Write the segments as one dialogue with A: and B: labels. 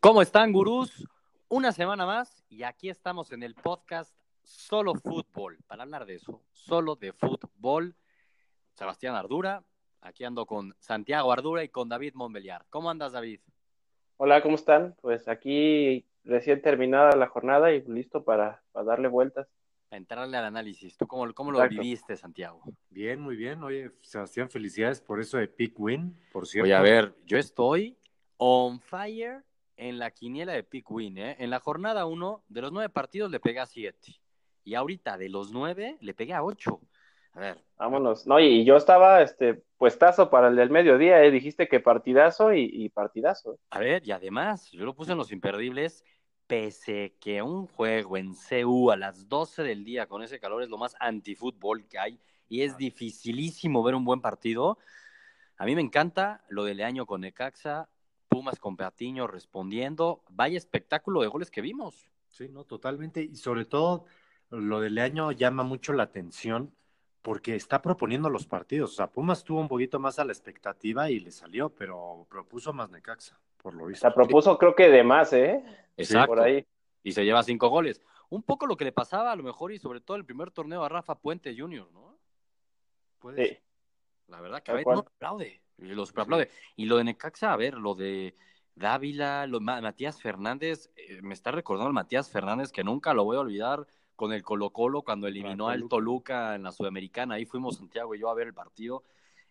A: ¿Cómo están, gurús? Una semana más y aquí estamos en el podcast Solo Fútbol, para hablar de eso, solo de fútbol. Sebastián Ardura, aquí ando con Santiago Ardura y con David Monbeliar. ¿Cómo andas, David?
B: Hola, ¿cómo están? Pues aquí recién terminada la jornada y listo para, para darle vueltas.
A: Para entrarle al análisis, ¿tú cómo, cómo lo
B: Exacto.
A: viviste, Santiago?
C: Bien, muy bien. Oye, Sebastián, felicidades por eso de Pick Win, por cierto.
A: Voy a ver, yo estoy on fire en la quiniela de Pick Win. ¿eh? En la jornada 1, de los nueve partidos le pegué a 7. Y ahorita, de los nueve, le pegué a 8. A ver,
B: Vámonos. No, y yo estaba este puestazo para el del mediodía, ¿eh? dijiste que partidazo y, y partidazo.
A: A ver, y además, yo lo puse en los imperdibles, pese que un juego en CU a las 12 del día con ese calor es lo más antifútbol que hay y
B: Ah.
A: es dificilísimo ver un buen partido. A mí me encanta lo de Leaño con Necaxa, Pumas con Patiño respondiendo. Vaya espectáculo de goles que vimos.
C: Sí, no, totalmente. Y sobre todo, lo del año llama mucho la atención porque está proponiendo los partidos. O sea, Pumas tuvo un poquito más a la expectativa y le salió, pero propuso más Necaxa, por lo visto.
B: La propuso creo que de más, ¿eh?
A: Exacto.
B: Por ahí.
A: Y se lleva cinco goles. Un poco lo que le pasaba a lo mejor y sobre todo el primer torneo a Rafa Puente Jr., ¿no?
C: Puede
B: Sí.
C: ser.
A: La verdad que a
B: Tal
A: ver,
B: cual.
A: no aplaude. y Los aplaude. Y lo de Necaxa, a ver, lo de Dávila, lo, Ma- Matías Fernández, eh, me está recordando el Matías Fernández que nunca lo voy a olvidar con el Colo Colo cuando eliminó al
C: Toluca.
A: Toluca en la Sudamericana. Ahí fuimos Santiago y yo a ver el partido.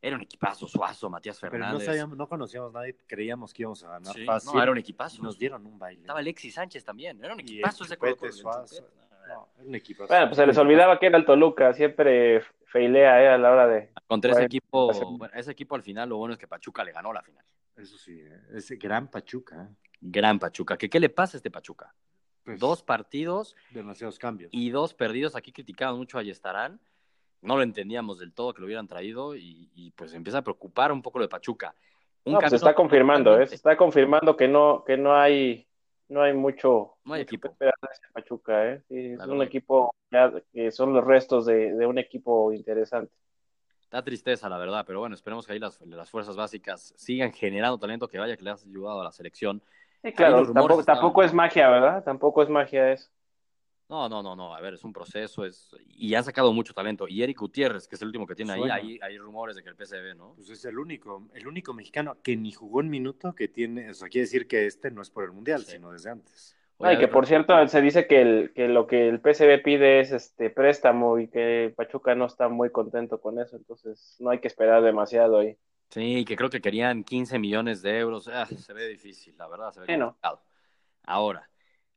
A: Era un equipazo, suazo, Matías
C: Pero no,
A: Fernández.
C: sabíamos, no conocíamos a nadie, creíamos que íbamos a ganar
A: Sí,
C: fácil.
A: no, era un
C: y
A: equipazo.
C: nos dieron un baile.
A: Estaba Alexis Sánchez también. Era un
C: Y el
A: equipazo ese Colo
C: Chupete
A: Colo.
C: Suazo. No, era un equipo.
B: Bueno, pues se les olvidaba que era el Toluca, siempre feilea, ¿eh? A la hora de...
A: Contra ese
B: Bueno,
A: equipo,
B: hace-
A: bueno, ese equipo al final, lo bueno es que Pachuca le ganó la final.
C: Eso sí, eh, ese gran Pachuca. eh.
A: Gran Pachuca. ¿Qué, qué le pasa a este Pachuca?
C: Pues,
A: Dos partidos
C: Demasiados cambios.
A: y dos perdidos. Aquí criticaban mucho a Yestarán. No lo entendíamos del todo que lo hubieran traído y, y, pues empieza a preocupar un poco lo de Pachuca. Un
B: No, pues
A: cambio
B: se está confirmando, ¿eh?
A: totalmente.
B: Se está confirmando que no, que no hay, no hay mucho,
A: No hay
B: mucho
A: equipo.
B: que esperar de ese Pachuca, ¿eh? Sí, es
A: La
B: un
A: verdad.
B: equipo ya que son los restos de, de un equipo interesante.
A: Da tristeza, la verdad, pero bueno, esperemos que ahí las, las fuerzas básicas sigan generando talento que vaya que le has ayudado a la selección.
B: Sí,
A: claro,
B: claro,
A: los rumores
B: tampoco,
A: estaban-
B: tampoco es magia, ¿verdad? Tampoco es magia eso.
A: No, no, no, no. A ver, es un proceso, es y han sacado mucho talento. Y Eric Gutiérrez, que es el último que tiene ahí,
C: Suena.
A: ahí, hay rumores de que el PSV, ¿no?
C: Pues es el único, el único mexicano que ni jugó un minuto que tiene, o sea, quiere decir que este no es por el Mundial,
A: Sí.
C: sino desde antes.
B: No, y que por cierto se dice que, el, que lo que el PCB pide es este préstamo y que Pachuca no está muy contento con eso, entonces no hay que esperar demasiado ahí.
A: Sí, que creo que querían 15 millones de euros. Ah, se ve difícil, la verdad, se ve
B: Sí, no.
A: complicado. Ahora,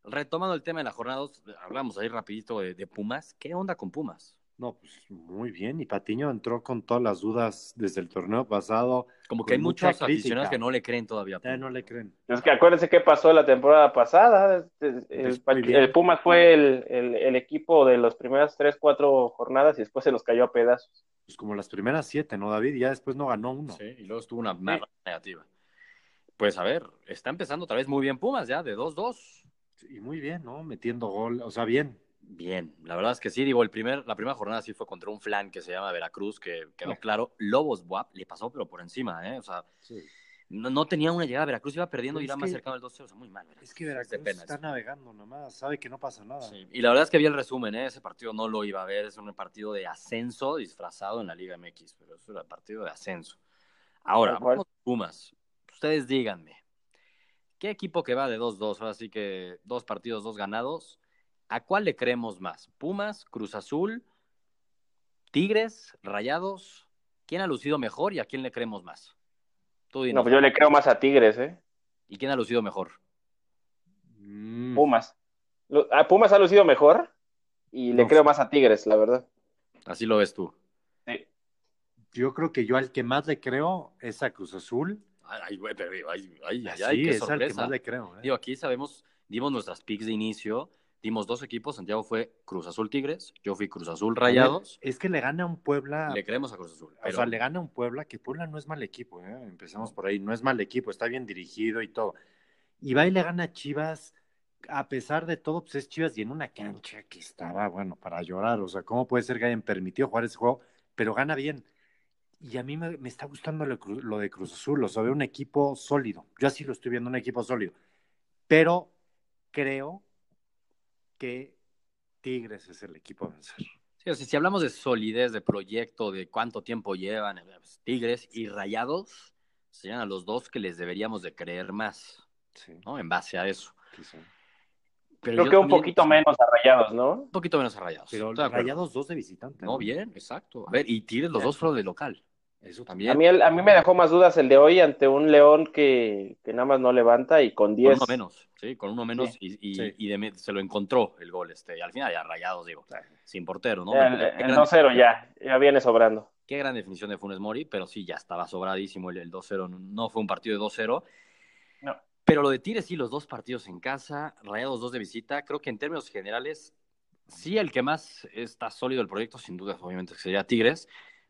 A: retomando el tema de la jornada, dos, hablamos ahí rapidito de, de Pumas. ¿Qué onda con Pumas?
C: No, pues muy bien. Y Patiño entró con todas las dudas desde el torneo pasado.
A: Como que
C: Con
A: hay
C: Pues mucha
A: muchos
C: crítica.
A: aficionados que no le creen todavía. a
C: Ya
A: Pumas.
C: no le creen.
B: Es que acuérdense qué pasó la temporada pasada. este, El, el Pachu-
C: Pues, Muy bien.
B: el Pumas fue el, el- el equipo de las primeras tres, cuatro jornadas y después se los cayó a pedazos.
C: Pues como las primeras siete, ¿no, David? Ya después no ganó uno.
A: Sí, y luego estuvo una mala negativa. Pues a ver, está empezando otra vez muy bien Pumas, ya, de 2-2.
C: Y muy bien, ¿no? Metiendo gol, o sea, bien.
A: Bien, la verdad es que sí, digo, el primer, la primera jornada sí fue contra un flan que se llama Veracruz, que quedó claro, Lobos Buap le pasó pero por encima, ¿eh? O sea, no, no tenía una llegada, Veracruz iba perdiendo
C: Pero
A: y
C: es
A: era más
C: que-
A: cercano al 2-0, o sea, muy mal.
C: Es que
A: de
C: Veracruz
A: pena
C: está
A: eso.
C: navegando nomás, sabe que no pasa nada.
A: Sí, Y la verdad es que vi el resumen, ¿eh? ese partido no lo iba a ver, es un partido de ascenso disfrazado en la Liga MX, pero es un partido de ascenso. Ahora,
B: Tal cual.
A: vamos a Pumas, ustedes díganme, ¿qué equipo que va de 2-2, ahora sí que dos partidos, dos ganados, ¿a cuál le creemos más? ¿Pumas, Cruz Azul, Tigres, Rayados? ¿Quién ha lucido mejor y a quién le creemos más? Tú
B: No,
A: dinos.
B: pues yo le creo más a Tigres, ¿eh?
A: ¿Y quién ha lucido mejor?
C: Mm.
B: Pumas. Lo- A Pumas ha lucido mejor y le
C: No.
B: creo más a Tigres, la verdad.
A: Así lo ves tú.
C: Yo creo que yo al que más le creo es a Cruz Azul.
A: Ay, güey, pero ay, ay, ay,
C: Sí,
A: ay, qué
C: es al que
A: sorpresa.
C: más le creo. ¿eh?
A: Digo, aquí sabemos, dimos nuestras picks de inicio, dimos dos equipos, Santiago fue Cruz Azul Tigres, yo fui Cruz Azul Rayados,
C: Es que le gana a un Puebla.
A: le creemos a Cruz Ah. Azul.
C: O
A: pero-
C: sea, le gana a un Puebla, que Puebla no es mal equipo, ¿eh? empezamos por ahí, no es mal equipo, está bien dirigido y todo. Y va y le gana a Chivas, a pesar de todo, pues es Chivas y en una cancha que estaba, bueno, para llorar, o sea, ¿cómo puede ser que hayan permitido jugar ese juego? Pero gana bien. Y a mí me, me está gustando lo, de Cru- lo de Cruz Azul, o sea, veo un equipo sólido, yo así lo estoy viendo, un equipo sólido. Pero creo que Tigres es el equipo a vencer.
A: Sí, o sea, si hablamos de solidez, de proyecto, de cuánto tiempo llevan, pues, Tigres y Rayados serían a los dos que les deberíamos de creer más,
C: Sí,
A: ¿no? En base a eso.
C: quizá.
A: Pero
B: Creo
A: yo
B: que un
A: también-
B: poquito menos a Rayados, ¿no?
A: Un poquito menos a Rayados.
C: Pero
A: Estoy de acuerdo.
C: rayados dos de visitante.
A: No, bien, exacto. A ver, y Tigres los dos fueron de local.
C: Eso también.
A: También.
B: A mí, el- a mí me dejó más dudas el de hoy ante un León que, que nada más no levanta y con
A: Con
B: 10.
A: uno menos, sí, con uno menos y, y-
C: sí.
A: y de me- se lo encontró el gol este. Y al final ya rayados, digo,
C: Sí.
A: sin portero, ¿no?
B: El,
A: Qué
B: el
A: gran-
B: 2-0 ya, ya viene sobrando.
A: Qué gran definición de Funes Mori, pero sí, ya estaba sobradísimo el, el 2-0. No fue un partido de 2-0.
B: No.
A: Pero lo de Tigres sí, los dos partidos en casa, rayados dos de visita. Creo que en términos generales, sí, el que más está sólido el proyecto, sin duda, obviamente, que sería Tigres.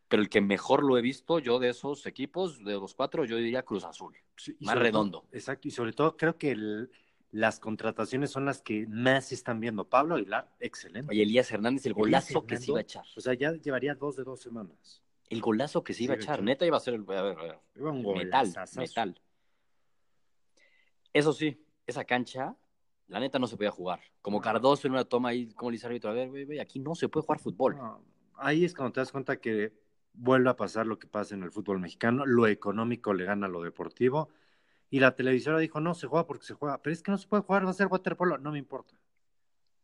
A: Pero el que mejor lo he visto yo de esos equipos, de los cuatro, yo diría Cruz Azul.
C: Sí, y
A: Más
C: sobre todo-
A: redondo.
C: exacto, y sobre todo creo que el- las contrataciones son las que más se están viendo. Pablo Aguilar, excelente.
A: Oye, Elías Hernández, el
C: Elías
A: golazo que se iba a echar.
C: O sea, ya llevaría dos de dos semanas.
A: El golazo que se iba a
C: Sí,
A: echar.
C: sí.
A: Neta iba a ser el. A ver, a ver.
C: Iba un
A: metal,
C: golazazazo.
A: metal. Eso sí, esa cancha, la neta no se podía jugar. Como
C: No.
A: Cardoso en una toma ahí, como le dice al árbitro, a ver, güey, güey, aquí no se puede jugar fútbol.
C: No, ahí es cuando te das cuenta que vuelve a pasar lo que pasa en el fútbol mexicano, lo económico le gana a lo deportivo, y la televisora dijo, no, se juega porque se juega, pero es que no se puede jugar, va a ser waterpolo, no me importa.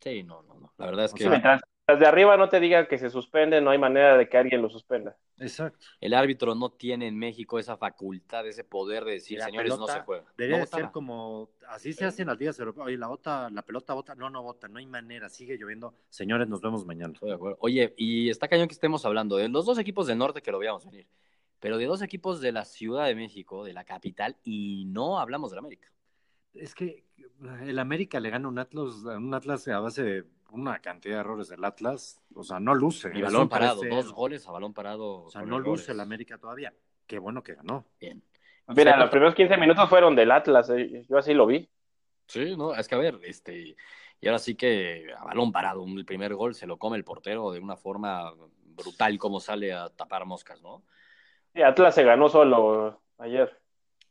A: Sí, no, no, no. La verdad es
C: O
A: que
C: sea,
B: Mientras las de arriba no te digan que se suspende, no hay manera de que alguien lo suspenda.
C: Exacto.
A: el árbitro no tiene en México esa facultad, ese poder de decir,
C: La
A: señores,
C: pelota
A: no se juega.
C: Debería
A: No
C: de ser
A: votaba.
C: como, así se hace en las ligas europeas, oye, la, bota, la pelota bota, no, no bota, no hay manera, sigue lloviendo. Señores, nos vemos mañana.
A: Estoy de acuerdo. Oye, y está cañón que estemos hablando de los dos equipos del norte que lo veíamos venir, pero de dos equipos de la Ciudad de México, de la capital, y no hablamos del América.
C: Es que eh, el América le gana un Atlas, un Atlas a base de una cantidad de errores del Atlas, o sea, no luce.
A: Y balón
C: Eso parece-
A: parado, dos goles a balón parado.
C: O sea,
A: con
C: no
A: errores.
C: luce el América todavía. Qué bueno que ganó.
A: Bien.
B: Pues Mira,
A: Exacto.
B: los primeros 15 minutos fueron del Atlas, eh, yo así lo vi.
A: Sí, no, es que a ver, este, y ahora sí que a balón parado, un- el primer gol se lo come el portero de una forma brutal como sale a tapar moscas, ¿no?
B: Sí, Atlas se ganó solo ayer.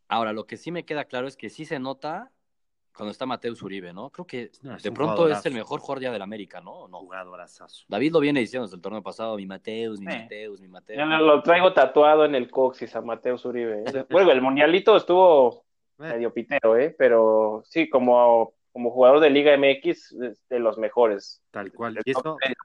A: Ahora, lo que sí me queda claro es que sí se nota cuando está Mateus Uribe, ¿no? Creo que
C: No, es
A: de
C: un
A: pronto es
C: jugadorazo.
A: el mejor jugador ya del América, ¿no? ¿O no?
C: Jugadorazazo.
A: David lo viene diciendo desde el torneo pasado, mi Mateus, mi
C: Eh,
B: Sí.
A: Mateus, mi Mateus.
B: Yo lo, lo traigo tatuado en el coxis a Mateo Uribe. ¿eh? Bueno, el mundialito estuvo medio pitero, ¿eh? pero sí, como, como jugador de Liga MX, es de los mejores.
C: Tal cual.
B: El
C: Y,
B: top
C: eso,
B: tres.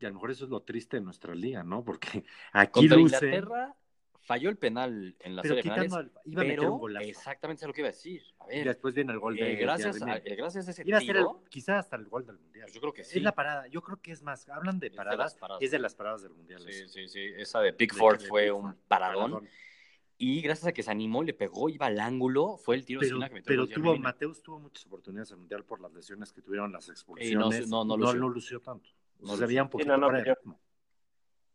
C: y a lo mejor eso es lo triste de nuestra liga, ¿no? Porque aquí
A: Contra
C: luce.
A: Inglaterra falló el penal en la
C: pero
A: serie de penales,
C: quitando al- iba a meter un
A: pero
C: golazo.
A: exactamente es lo que iba a decir. A
C: Y
A: ver,
C: después viene el gol de.
A: eh, gracias,
C: de
A: a,
C: Armenia.
A: eh, gracias a ese
C: Iba a ser el,
A: tiro, pues
C: quizás hasta el gol del mundial.
A: yo creo que sí.
C: Es la parada. Yo creo que es más. Hablan de
A: de
C: paradas.
A: las paradas.
C: Es de las paradas del mundial.
A: Sí,
C: eso.
A: sí, sí. Esa de Pickford
C: De- de
A: fue
C: Pickford.
A: un paradón.
C: Paradón.
A: Y gracias a que se animó, le pegó, iba al ángulo. Fue el tiro de
C: Pero,
A: esquina que metió
C: pero
A: Roger
C: tuvo,
A: Medina.
C: Mateus tuvo muchas oportunidades en el mundial por las lesiones que tuvieron, las expulsiones.
A: no- no
C: no,
A: lució.
C: no lució tanto.
A: No
C: se
A: lució.
C: veía un
B: Sí,
C: poquito
B: no, no,
C: fuera de
B: pero-
C: ritmo.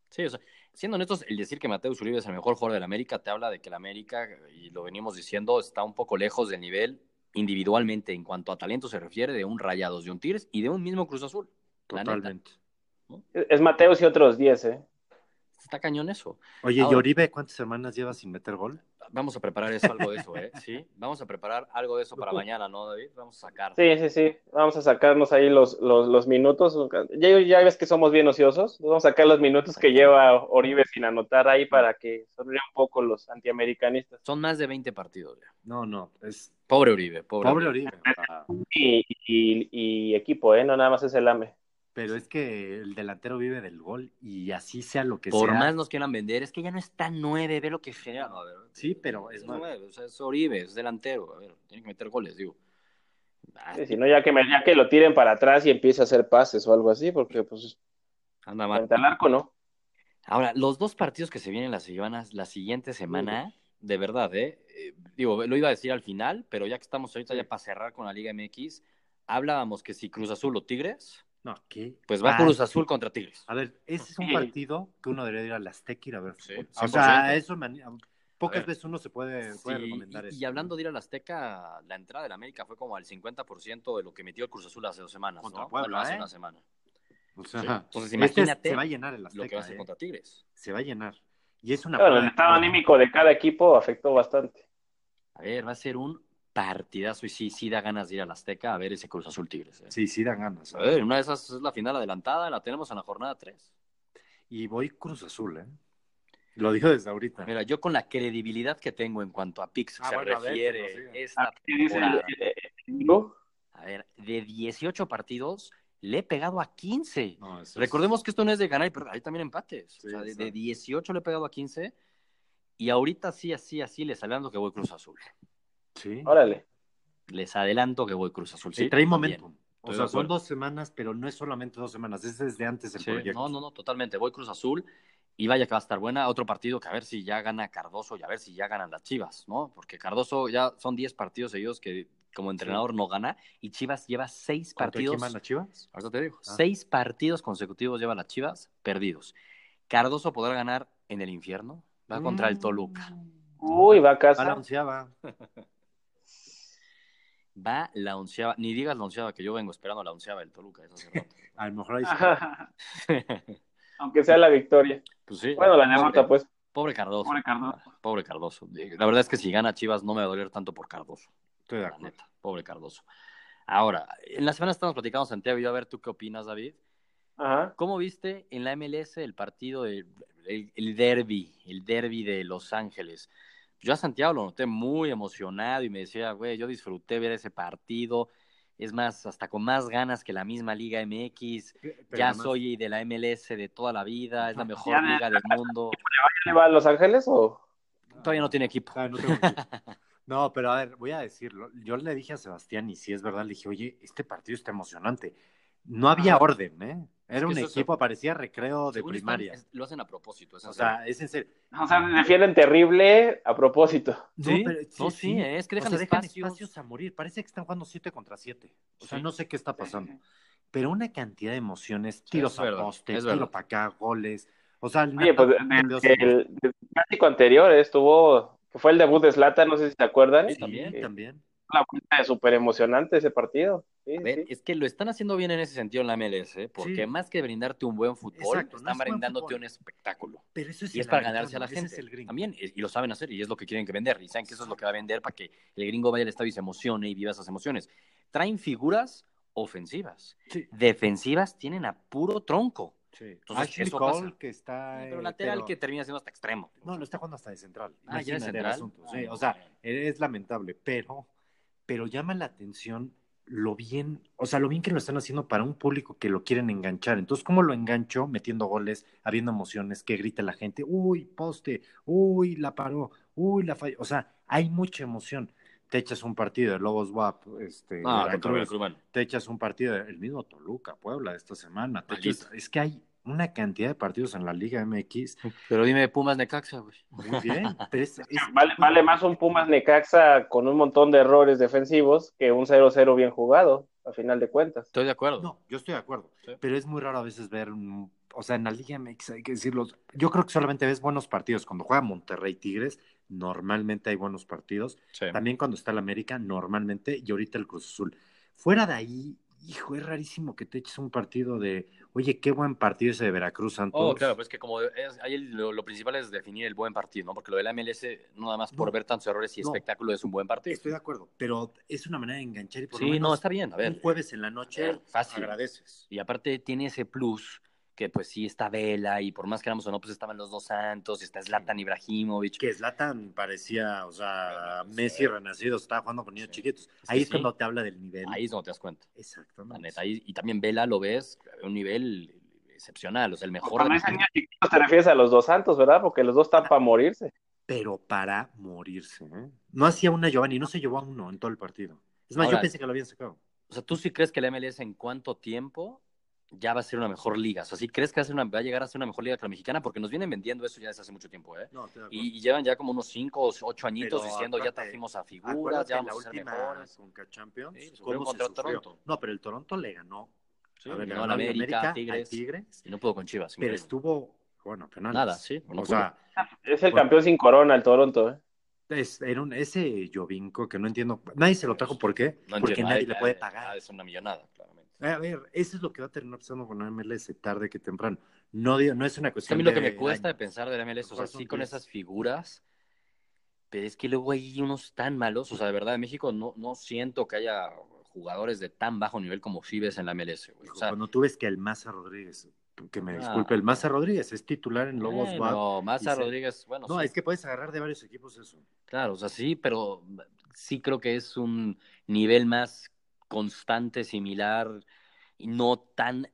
A: Sí, o sea, siendo honestos, el decir que Mateus Uribe es el mejor jugador de la América te habla de que la América, y lo venimos diciendo, está un poco lejos del nivel individualmente en cuanto a talento se refiere de un Rayados, de un Tigres y de un mismo Cruz Azul. La neta.
C: Totalmente.
B: Es Mateo y otros 10, ¿eh?
A: Está cañón eso.
C: Oye,
A: Ahora-
C: ¿y Oribe cuántas semanas lleva sin meter gol?
A: Vamos a preparar eso, algo de eso, ¿eh? Sí, vamos a preparar algo de eso para
C: Ujú.
A: mañana, ¿no, David? Vamos a sacar.
B: Sí, sí, sí. Vamos a sacarnos ahí los, los, los minutos. Ya, ya ves que somos bien ociosos. Vamos a sacar los minutos que lleva Oribe sin anotar ahí para que sonrían un poco los antiamericanistas.
A: Son más de 20 partidos. ya.
C: No, no, es
A: Pobre Uribe, pobre.
C: pobre
A: Uribe.
C: Oribe. o sea,
B: Y, y, y equipo, ¿eh? No nada más es el AME.
C: pero es que el delantero vive del gol y así sea lo que
A: Por
C: sea.
A: más nos quieran vender, es que ya no está nueve, ve lo que genera. No, a ver,
C: Sí, pero es nueve.
A: nueve, o sea, es Oribe, es delantero, a ver, tiene que meter goles, digo. Ah,
B: Sí, si no, ya que, me- ya que lo tiren para atrás y empiece a hacer pases o algo así, porque pues
A: anda mal.
B: frente al arco, ¿no?
A: Ahora, los dos partidos que se vienen las semanas, la siguiente semana, de verdad, ¿eh? Eh, Digo, lo iba a decir al final, pero ya que estamos ahorita ya para cerrar con la Liga MX, hablábamos que si Cruz Azul o Tigres,
C: No, ¿qué?
A: pues va
C: Ah,
A: Cruz Azul contra Tigres.
C: A ver, ese es un
B: Sí.
C: partido que uno debería ir al Azteca y ir a ver.
A: Sí,
C: fútbol.
A: 100%.
C: o sea, eso me anima.
A: A
C: Pocas
A: ver.
C: veces uno se puede, puede
A: Sí,
C: recomendar
A: y,
C: eso.
A: y hablando de ir al Azteca, la entrada del América fue como al 50% de lo que metió el Cruz Azul hace dos semanas,
C: Contra
A: ¿no?
C: Puebla,
A: Bueno, hace
C: ¿eh?
A: una semana.
C: O sea,
A: Sí. Entonces,
C: este
A: imagínate
C: se va a llenar el
A: Lo que va a
C: Azteca.
A: hacer
C: eh.
A: contra Tigres.
C: Se va a llenar. Y es una.
B: Bueno, el
C: prueba.
B: estado anímico de cada equipo afectó bastante.
A: A ver, va a ser un partidazo y sí, sí da ganas de ir al Azteca a ver ese Cruz Azul Tigres. ¿eh?
C: Sí, sí dan ganas. ¿eh?
A: Eh, una de esas es la final adelantada, la tenemos en la jornada 3.
C: Y voy Cruz Azul, ¿eh? Lo digo desde ahorita.
A: Mira, yo con la credibilidad que tengo en cuanto a Pix
C: Ah,
A: se
C: bueno, a ver,
A: refiere
C: que nos diga.
A: esta
B: ¿Qué dice el- eh,
A: temporada.
B: el- el- no?
A: A ver, de 18 partidos le he pegado a 15.
C: No, eso es-
A: Recordemos que esto no es de ganar y perder, hay también empates.
C: Sí,
A: o sea, de, de
C: exacto.
A: 18 le he pegado a 15 y ahorita sí, así, así les adelanto que voy Cruz Azul.
C: Sí.
B: Órale.
A: Les adelanto que voy Cruz Azul.
C: Sí,
A: Ah, Sí,
C: trae
A: también.
C: momentum. O
A: de
C: sea, son
A: acuerdo.
C: dos semanas, pero no es solamente dos semanas, es desde antes del
A: Sí,
C: proyecto.
A: no, no, no, totalmente. Voy Cruz Azul y vaya que va a estar buena. Otro partido que a ver si ya gana Cardoso y a ver si ya ganan las Chivas, ¿no? Porque Cardoso ya son 10 partidos seguidos que como entrenador no gana y Chivas lleva 6
C: ¿Contra quién
A: partidos.
C: van las Chivas?
A: Ahorita te digo.
C: Ah.
A: Seis partidos consecutivos lleva las Chivas perdidos. Cardoso podrá ganar en el infierno. Va contra el Toluca.
B: Uy, va a
C: A la
B: casa.
C: onceava.
A: Va la onceava. Ni digas la onceava, que yo vengo esperando la onceava del Toluca. desde hace rato.
C: A lo mejor ahí sí.
B: Aunque sea la victoria.
A: Pues sí.
B: Bueno, la derrota, pues.
A: Pobre Cardoso.
B: Pobre Cardoso.
A: Pobre Cardoso. Eh, La verdad es que si gana Chivas no me va a doler tanto por Cardoso.
C: Estoy de
A: La
C: acuerdo.
A: neta. Pobre Cardoso. Ahora, en la semana estamos platicando, Santiago, y yo a ver tú qué opinas, David.
B: Ajá.
A: ¿Cómo viste en la MLS el partido, de- el, el derby, el derby de Los Ángeles? Yo a Santiago lo noté muy emocionado y me decía, güey, yo disfruté ver ese partido. Es más, hasta con más ganas que la misma Liga MX.
C: Pero
A: ya
C: además-
A: soy de la MLS de toda la vida, es la
B: Ya
A: mejor
B: de-
A: liga del mundo.
B: ¿Le va a Los Ángeles o...?
A: Todavía no tiene equipo.
C: Ah, no, tengo que- No, pero a ver, voy a decirlo. Yo le dije a Sebastián, y si es verdad, le dije, oye, este partido está emocionante. No había
B: Ajá.
C: orden, ¿eh? Era
A: que
C: un
A: eso es-
C: equipo, parecía recreo de
A: Según están-
C: primaria.
A: es- lo hacen a propósito. es
C: O
A: hacer-
C: sea, es en serio.
B: O sea, defienden terrible a propósito.
A: sí, no,
C: pero-
A: sí, eh, es que
C: O
A: dejan
C: sea, dejan
A: espacios.
C: espacios a morir. Parece que están jugando 7 contra 7. O sea,
A: Sí.
C: no sé qué está pasando. Pero una cantidad de emociones, tiros
A: es
C: a
A: verdad,
C: poste,
A: es
C: tiro
A: verdad.
C: para acá, goles. O sea,
B: Oye,
C: el
B: pues
C: Dios,
B: el, el- el clásico anterior eh, estuvo, que fue el debut de Slatan, no sé si se acuerdan.
A: Sí,
C: sí,
A: también.
C: también. también.
B: La cuenta es súper emocionante ese partido. Sí,
A: A ver,
B: sí.
A: es que lo están haciendo bien en ese sentido en la MLS, ¿eh? porque
C: Sí.
A: más que brindarte un buen fútbol,
C: Exacto, no
A: están
C: es buen
A: brindándote
C: fútbol.
A: un espectáculo.
C: Pero eso es
A: Y es
C: el
A: para ganarse a la
C: americano,
A: gente
C: ese es el gringo.
A: también, y y lo saben hacer, y es lo que quieren que vender, y saben que eso es lo que va a vender para que el gringo vaya al estadio y se emocione y viva esas emociones. Traen figuras ofensivas,
C: Sí.
A: defensivas tienen a puro tronco, Entonces,
C: Ashley
A: eso
C: Cole,
A: pasa.
C: que está.
A: pero
C: eh,
A: lateral
C: pero-
A: que termina siendo hasta extremo.
C: No, lo está jugando hasta de central.
A: Ah, ya
C: Imagínate
A: es
C: el
A: central. Ah,
C: asunto, sí. o sea, es lamentable, pero, pero llama la atención lo bien, o sea, lo bien que lo están haciendo para un público que lo quieren enganchar. Entonces, ¿cómo lo engancho? Metiendo goles, habiendo emociones, que grite la gente, uy, poste, uy, la paró, uy, la falló. O sea, hay mucha emoción. Te echas un partido de Lobos WAP, este,
A: Ah,
C: de
A: contra el
C: Veracruz,
A: Cruz, bueno.
C: te echas un partido del mismo Toluca, Puebla, de esta semana. te
A: Malito.
C: echas- es que hay una cantidad de partidos en la Liga MX
A: Pero dime de Pumas Necaxa, güey.
C: muy bien, pero es- es-
B: Vale, vale más un Pumas Necaxa con un montón de errores defensivos que un 0-0 bien jugado, a final de cuentas.
A: Estoy de acuerdo.
C: No, yo estoy de acuerdo,
A: Sí.
C: pero es muy raro a veces ver, un- o sea, en la Liga MX hay que decirlo, yo creo que solamente ves buenos partidos. Cuando juega Monterrey Tigres, normalmente hay buenos partidos.
A: Sí.
C: También cuando está el América, normalmente, y ahorita el Cruz Azul. Fuera de ahí, hijo, es rarísimo que te eches un partido de, oye, qué buen partido ese de Veracruz Santos.
A: Oh, claro, pues que como es, ahí el- lo, lo principal es definir el buen partido, ¿no? Porque lo de la MLS, no nada más por
C: No.
A: ver tantos errores y
C: No.
A: espectáculo, es un buen partido.
C: Estoy de acuerdo, pero es una manera de enganchar y por lo
A: sí, no,
C: menos
A: está bien, a
C: un
A: ver.
C: jueves en la noche
A: Eh, fácil.
C: agradeces.
A: Y aparte tiene ese plus que pues sí está Vela y por más que éramos o no, pues estaban los dos Santos, está Zlatan Ibrahimovic.
C: que Zlatan parecía, o sea,
A: Sí.
C: Messi renacido, estaba jugando con niños
A: Sí.
C: chiquitos.
A: Es que
C: Ahí es
A: sí.
C: cuando te habla del nivel.
A: Ahí es donde te das cuenta, la
C: Exactamente.
A: neta. Ahí- y también Vela lo ves a un nivel excepcional, o sea, el
C: Pues,
A: mejor.
B: Cuando
A: de-
B: dicen niños chiquitos te refieres a los dos santos, ¿verdad? Porque los dos están para morirse.
C: Pero para morirse. ¿eh? No hacía una Giovanni, no se llevó a uno en todo el partido. Es más, yo
A: Ahora-
C: pensé que lo habían sacado.
A: O sea, ¿tú sí crees que la MLS en cuánto tiempo ya va a ser una mejor liga? O sea, ¿sí crees que va a, ser una- va a llegar a ser una mejor liga que la mexicana? Porque nos vienen vendiendo eso ya desde hace mucho tiempo, ¿eh?
C: No, te
A: Y, y llevan ya como unos 5 o 8 añitos
C: Pero
A: diciendo ya
C: aparte,
A: trajimos a figuras,
C: Acuérdate
A: ya
C: en
A: vamos
C: la
A: a ser
C: última
A: mejores.
C: Conca Champions.
A: Sí, sufrió
C: ¿cómo se
A: contra
C: sufrió?
A: Toronto.
C: No, pero el Toronto le ganó.
A: Sí,
C: a
A: ganó
C: ver,
A: al
C: le ganó al
A: América,
C: América, al
A: Tigres,
C: Tigres,
A: y no pudo con Chivas.
C: pero
A: increíble.
C: estuvo, bueno, a penales.
A: Nada, sí, no
C: o
A: pudo.
C: sea,
B: Es el
C: Bueno.
B: campeón sin corona, el Toronto. ¿eh?
C: Es, era un, ese Jovinko que no entiendo. Nadie se lo trajo, ¿por qué?
A: Pues, No entiendo,
C: Porque nadie
A: ahí-
C: le puede
A: ahí- ah,
C: pagar. Eh,
A: Es una millonada, claramente.
C: A ver, eso es lo que va a terminar pasando con la MLS tarde que temprano. No, digo- no es una
A: Es que a
C: cuestión
A: mí lo
C: de
A: que me cuesta de
C: años.
A: pensar de la MLS, o sea,
C: Mejor son
A: sí con
C: diez.
A: esas figuras, pero es que luego hay unos tan malos, o sea, de verdad, en México no, no siento que haya jugadores de tan bajo nivel como Fibes en la MLS, güey. O sea,
C: Cuando tú ves que el Maza Rodríguez, que me
A: Ah.
C: disculpe, el Maza Rodríguez es titular en Lobos
A: bueno,
C: Wap.
A: Maza
C: y se-
A: Rodríguez, bueno,
C: No,
A: sí,
C: es que puedes agarrar de varios equipos eso.
A: claro, o sea, sí, pero sí creo que es un nivel más constante, similar, y no tan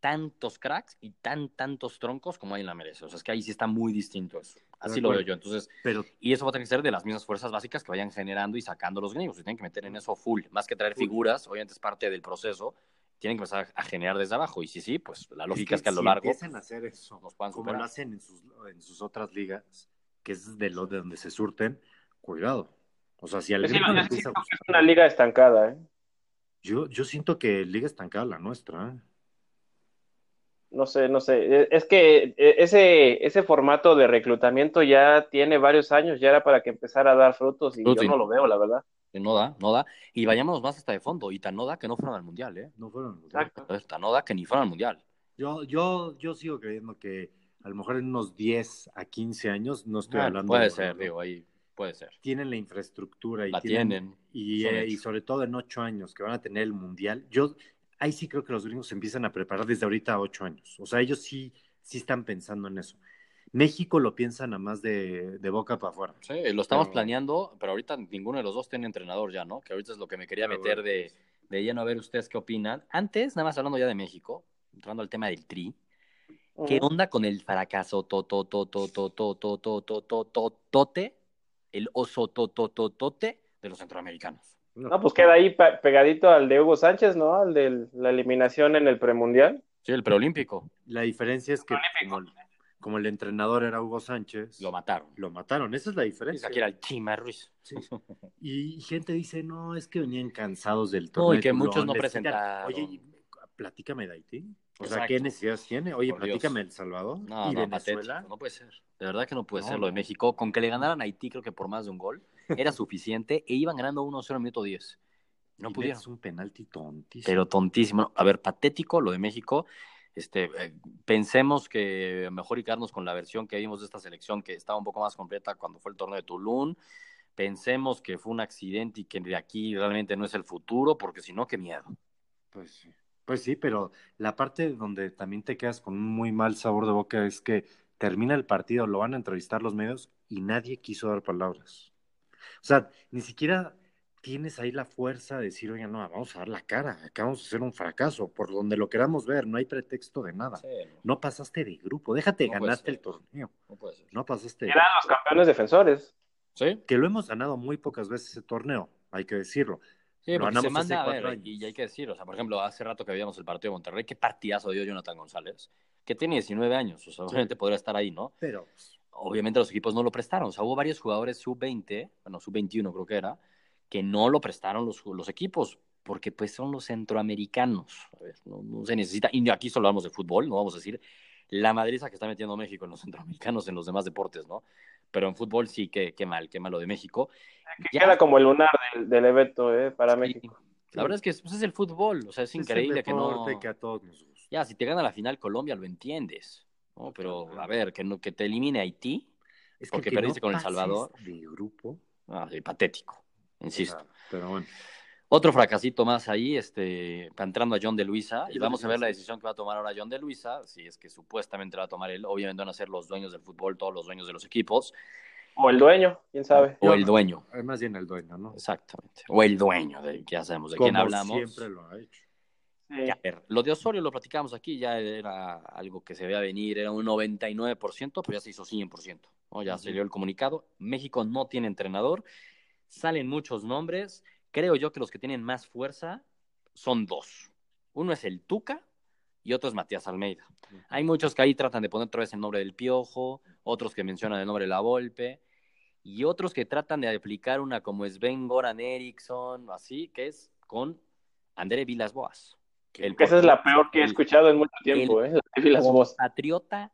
A: tantos cracks y tan tantos troncos como hay en la MLS. O sea, es que ahí sí está muy distinto eso. Así lo veo
C: acuerdo.
A: yo. Entonces,
C: Pero
A: Y eso va a tener que ser de las mismas fuerzas básicas que vayan generando y sacando los gringos. Y tienen que meter en eso full. Más que traer
C: Full.
A: figuras, obviamente es parte del proceso. Tienen que empezar a generar desde abajo. Y si sí, pues la lógica es que, a lo
C: si
A: largo
C: empiezan a hacer eso,
A: nos puedan
C: como
A: superar.
C: lo hacen en sus, en sus otras ligas, que es de lo de donde se surten, cuidado. O sea, si al
B: Yo Pues sí
C: gringo
B: lo-
C: le
B: yo
C: empieza a
B: siento que es
C: gustar-
B: una liga estancada, ¿eh?
C: yo, yo siento que liga estancada la nuestra. ¿eh?
B: No sé, no sé. Eh, Es que eh, ese, ese formato de reclutamiento ya tiene varios años, ya era para que empezara a dar frutos y
A: Frutos.
B: yo no lo veo, la verdad.
A: No da, no da. Y vayámonos más hasta de fondo. Y tan no da que no fueron al mundial, ¿eh?
C: No fueron.
B: Exacto.
A: Entonces, Tan no da que ni fueron al mundial.
C: Yo, yo, yo sigo creyendo que a lo mejor en unos 10 a 15 años, no estoy
A: Bueno,
C: hablando.
A: Ah, puede
C: de-
A: ser, digo, ahí puede ser.
C: Tienen la infraestructura y
A: La tienen.
C: Y,
A: Son
C: eh,
A: hechos.
C: y sobre todo en ocho años que van a tener el mundial, yo ahí sí creo que los gringos se empiezan a preparar desde ahorita a ocho años. O sea, ellos sí, sí están pensando en eso. México lo piensan a más de, de boca para afuera.
A: Sí, lo estamos
C: Pero-
A: planeando, pero ahorita ninguno de los dos tiene entrenador ya, ¿no? Que ahorita es lo que me quería
C: Pero
A: meter
C: bueno. pues.
A: de, de lleno a ver ustedes qué opinan. Antes, nada más hablando ya de México, entrando al tema del tri, ¿qué
B: Ujú.
A: onda con el fracaso tote, el oso tote de los centroamericanos?
B: No, pues queda ahí pa- pegadito al de Hugo Sánchez, ¿no? Al de la eliminación en el premundial.
A: Sí, el preolímpico,
C: La diferencia es que como, como el entrenador era Hugo Sánchez,
A: lo mataron.
C: lo mataron. Esa es la diferencia.
A: Aquí era el Chima Ruiz.
C: Sí. Y y gente dice, no, es que venían cansados del
A: No,
C: torneo.
A: y que
C: de Tulón,
A: muchos no
C: les quitan".
A: presentaron.
C: Oye, y- platícame de Haití. O sea,
A: Exacto.
C: ¿qué necesidades tiene? Oye,
A: Por Dios.
C: platícame de El Salvador
A: No,
C: y
A: no,
C: Venezuela.
A: patético, no puede ser. De verdad que no puede
C: No,
A: ser lo de
C: no.
A: México. Con que le ganaran a Haití, creo que por más de un gol, era suficiente e iban ganando 1-0 en minuto 10. No
C: Y
A: pudieron.
C: metes un penalti tontísimo.
A: Pero tontísimo. A ver, patético lo de México. Este, eh, pensemos que mejor y quedarnos con la versión que vimos de esta selección que estaba un poco más completa cuando fue el torneo de Tulum. Pensemos que fue un accidente y que de aquí realmente no es el futuro, porque si no, qué miedo.
C: Pues sí. Pues sí, pero la parte donde también te quedas con un muy mal sabor de boca es que termina el partido, lo van a entrevistar los medios y nadie quiso dar palabras. O sea, ni siquiera tienes ahí la fuerza de decir, oye, no, vamos a dar la cara, acabamos de hacer un fracaso, por donde lo queramos ver, no hay pretexto de nada. No pasaste de grupo, déjate,
A: No pues, puede
C: ganaste
A: ser.
C: el torneo,
A: no puede ser.
C: no pasaste de
B: Eran Ah, los campeones defensores.
A: Sí,
C: Que lo hemos ganado muy pocas veces ese torneo, hay que decirlo.
A: Sí,
C: Lo
A: porque se
C: ganamos
A: manda a
C: hace
A: ver,
C: cuatro años.
A: y y hay que decir, o sea, por ejemplo, hace rato que veíamos el partido de Monterrey, qué partidazo dio Jonathan González, que tiene 19 años, o sea, obviamente podría estar ahí, ¿no?
C: Pero pues,
A: Obviamente los equipos no lo prestaron, o sea, hubo varios jugadores sub-20, bueno, sub-21 creo que era, que no lo prestaron los, los equipos, porque pues son los centroamericanos, a ver, no, no se necesita, y aquí solo hablamos de fútbol, no vamos a decir la madriza que está metiendo México en los centroamericanos, en los demás deportes, ¿no? Pero en fútbol sí, qué, qué mal, qué malo de México.
B: Que
A: Ya-
B: queda como el lunar del, del evento, ¿eh? Para
A: Sí.
B: México.
A: La verdad es que es, pues, es el fútbol, o sea, es,
C: el
A: increíble que no.
C: deporte que a todos nos gusta.
A: Ya, si te gana la final Colombia, lo entiendes, ¿no? Pero a ver, que, no, que te elimine Haití,
C: Es
A: Porque
C: que
A: perdiste con El Salvador.
C: De grupo.
A: ah, sí, patético, insisto.
C: o sea, pero bueno.
A: Otro fracasito más ahí, este, entrando a John de Luisa,
C: Es
A: y
C: lo
A: vamos
C: que
A: a ver
C: iba
A: la
C: a decir.
A: decisión que va a tomar ahora John de Luisa, si es que supuestamente la va a tomar él, obviamente van a ser los dueños del fútbol, todos los dueños de los equipos,
B: O el dueño, quién sabe.
A: o
C: Yo-
A: el dueño,
C: Más bien el dueño, ¿no?
A: exactamente, o el dueño, de, ya sabemos de quién
C: Como
A: hablamos.
C: Siempre lo ha hecho.
B: Sí.
A: Que, a ver, Eh, lo de Osorio lo platicamos aquí, ya era algo que se veía venir, era un 99%, pero ya se hizo 100%, ¿no? ya
C: Ujú.
A: se dio el comunicado. México no tiene entrenador, salen muchos nombres, creo yo que los que tienen más fuerza son dos. Uno es el Tuca y otro es Matías Almeida.
C: Ujú.
A: Hay muchos que ahí tratan de poner otra vez el nombre del Piojo, otros que mencionan el nombre de La Volpe, y otros que tratan de aplicar una como Sven Goran Eriksson, o así, que es con André Vilas Boas. El
B: Que esa es la peor que he
A: el-
B: escuchado en mucho tiempo, ¿eh? La de Vilas Boas.
A: Patriota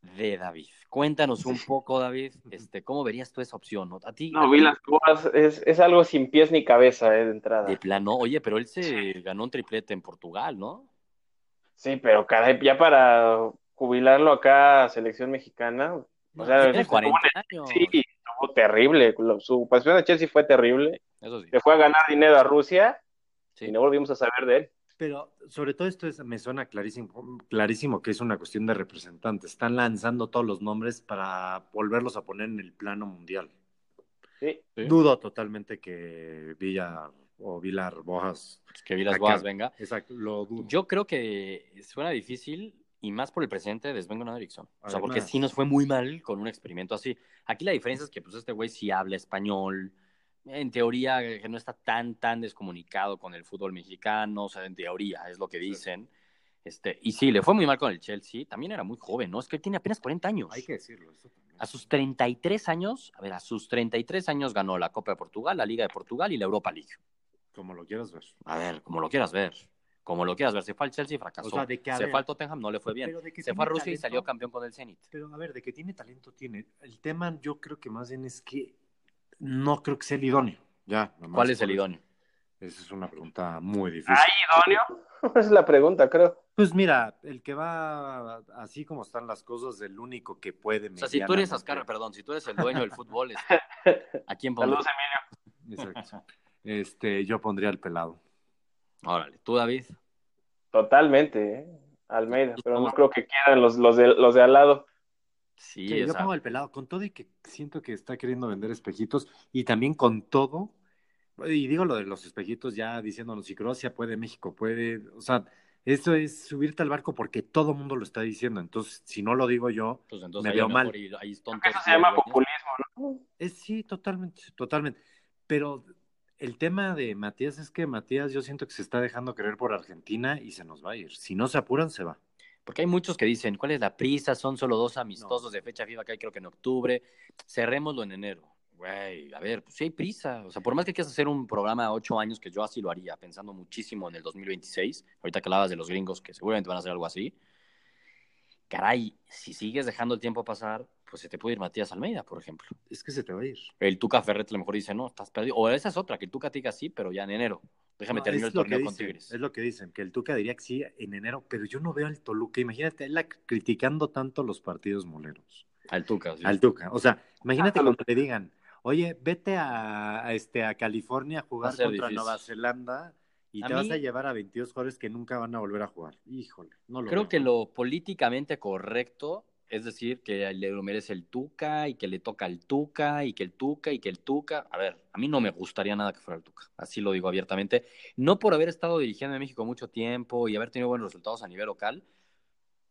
A: de David. Cuéntanos un poco, David, este, ¿cómo verías tú esa opción? no? A ti, a
B: No,
A: ti
B: Vilas Boas es, es algo sin pies ni cabeza, ¿eh? De entrada.
A: de plano, oye, pero él se ganó un triplete en Portugal, ¿no?
B: Sí, pero caray, ya para jubilarlo acá a selección mexicana, o sea,
A: tiene
B: es como
A: 40 años.
B: sí, estuvo terrible. Lo- su pasión de Chelsea fue terrible.
A: Eso sí.
B: Se fue a ganar dinero a Rusia
A: Sí.
B: y no volvimos a saber de él.
C: Pero sobre todo esto es, me suena clarísimo, clarísimo que es una cuestión de representantes. Están lanzando todos los nombres para volverlos a poner en el plano mundial.
B: Sí.
A: Sí.
C: Dudo totalmente que Villa o Vilar Bojas.
A: pues, Que vi las
C: Acá.
A: boas, venga.
C: Exacto, lo dudo.
A: Yo creo que suena difícil y más por el presente de Sven Gunnar Eriksson. O sea,
C: Además.
A: porque sí nos fue muy mal con un experimento así. Aquí la diferencia es que pues este güey sí habla español. En teoría eh, que no está tan tan descomunicado con el fútbol mexicano, o sea, en teoría es lo que dicen. Este, y sí, le fue muy mal con el Chelsea, también era muy joven, ¿no? Es que él tiene apenas 40 años.
C: Hay que decirlo. Eso también.
A: A sus 33 años, a ver, a sus 33 años ganó la Copa de Portugal, la Liga de Portugal y la Europa League.
C: Como lo quieras ver.
A: A ver, como lo quieras ver. Como lo quieras ver, se fue al Chelsea y fracasó.
C: O sea, de que, a
A: se
C: ver,
A: fue al Tottenham, no le fue bien.
C: Pero de que
A: Se
C: tiene
A: fue a Rusia y
C: talento,
A: salió campeón con el Zenit.
C: Pero a ver, de que tiene talento, tiene. El tema yo creo que más bien es que no creo que sea el idóneo. Ya, nomás
A: ¿Cuál es
C: por
A: el
C: eso.
A: idóneo?
C: Esa es una pregunta muy difícil.
B: Esa es la pregunta, creo.
C: Pues mira, el que va así como están las cosas, el único que puede.
A: O sea, si tú eres
C: medianamente-
A: Ascar, perdón, si tú eres el dueño del fútbol, este, ¿a quién ponemos?
B: Saludos, Emilio.
C: Exacto. Este, yo pondría el pelado.
A: Órale, tú, David.
B: Totalmente, ¿eh? Almeida, pero no creo que quieran los, los, de, los de al lado.
A: Sí,
C: Sí,
A: o
C: yo
A: sea,
C: pongo el pelado, con todo y que siento que está queriendo vender espejitos y también con todo, y digo lo de los espejitos ya diciéndonos si Croacia puede, México puede, o sea, eso es subirte al barco porque todo el mundo lo está diciendo, entonces si no lo digo yo,
A: pues entonces
C: me
A: ahí
C: veo
A: a lo mejor
C: mal.
A: y- ahí es tonto.
B: Eso se llama
A: güey, ¿no?
B: populismo, ¿no?
C: es sí, totalmente, totalmente, pero el tema de Matías es que Matías yo siento que se está dejando querer por Argentina y se nos va a ir, si no se apuran se va.
A: Porque hay muchos que dicen, ¿cuál es la prisa? Son solo dos amistosos de fecha FIFA que hay creo que en octubre. Cerrémoslo en enero. Güey, a ver, pues sí hay prisa. O sea, por más que quieras hacer un programa a ocho años, que yo así lo haría, pensando muchísimo en el 2026, ahorita que hablabas de los gringos que seguramente van a hacer algo así. Caray, si sigues dejando el tiempo pasar, pues se te puede ir Matías Almeida, por ejemplo.
C: Es que se te va a ir.
A: El Tuca Ferret a lo mejor dice, no, estás perdido. O esa es otra, que el Tuca te diga sí, pero ya en enero. Déjame
C: No,
A: terminar
C: es
A: el
C: lo que
A: torneo con
C: dicen,
A: Tigres.
C: Es lo que dicen, que el Tuca diría que sí en enero, pero yo no veo al Toluca. Imagínate, él la- criticando tanto los partidos moleros.
A: Al Tuca. sí.
C: Al Tuca. O sea, imagínate
B: Ah,
C: cuando le digan, oye, vete a, a este, a California a
A: Va
C: jugar
A: a ser
C: contra
A: difícil.
C: Nueva Zelanda y
A: A
C: te vas
A: mí-
C: a llevar a 22 jugadores que nunca van a volver a jugar. Híjole, no lo
A: Creo
C: veo.
A: que lo políticamente correcto es decir que le lo merece el Tuca y que le toca el Tuca y que el Tuca y que el Tuca. A ver, a mí no me gustaría nada que fuera el Tuca, así lo digo abiertamente. No por haber estado dirigiendo en México mucho tiempo y haber tenido buenos resultados a nivel local,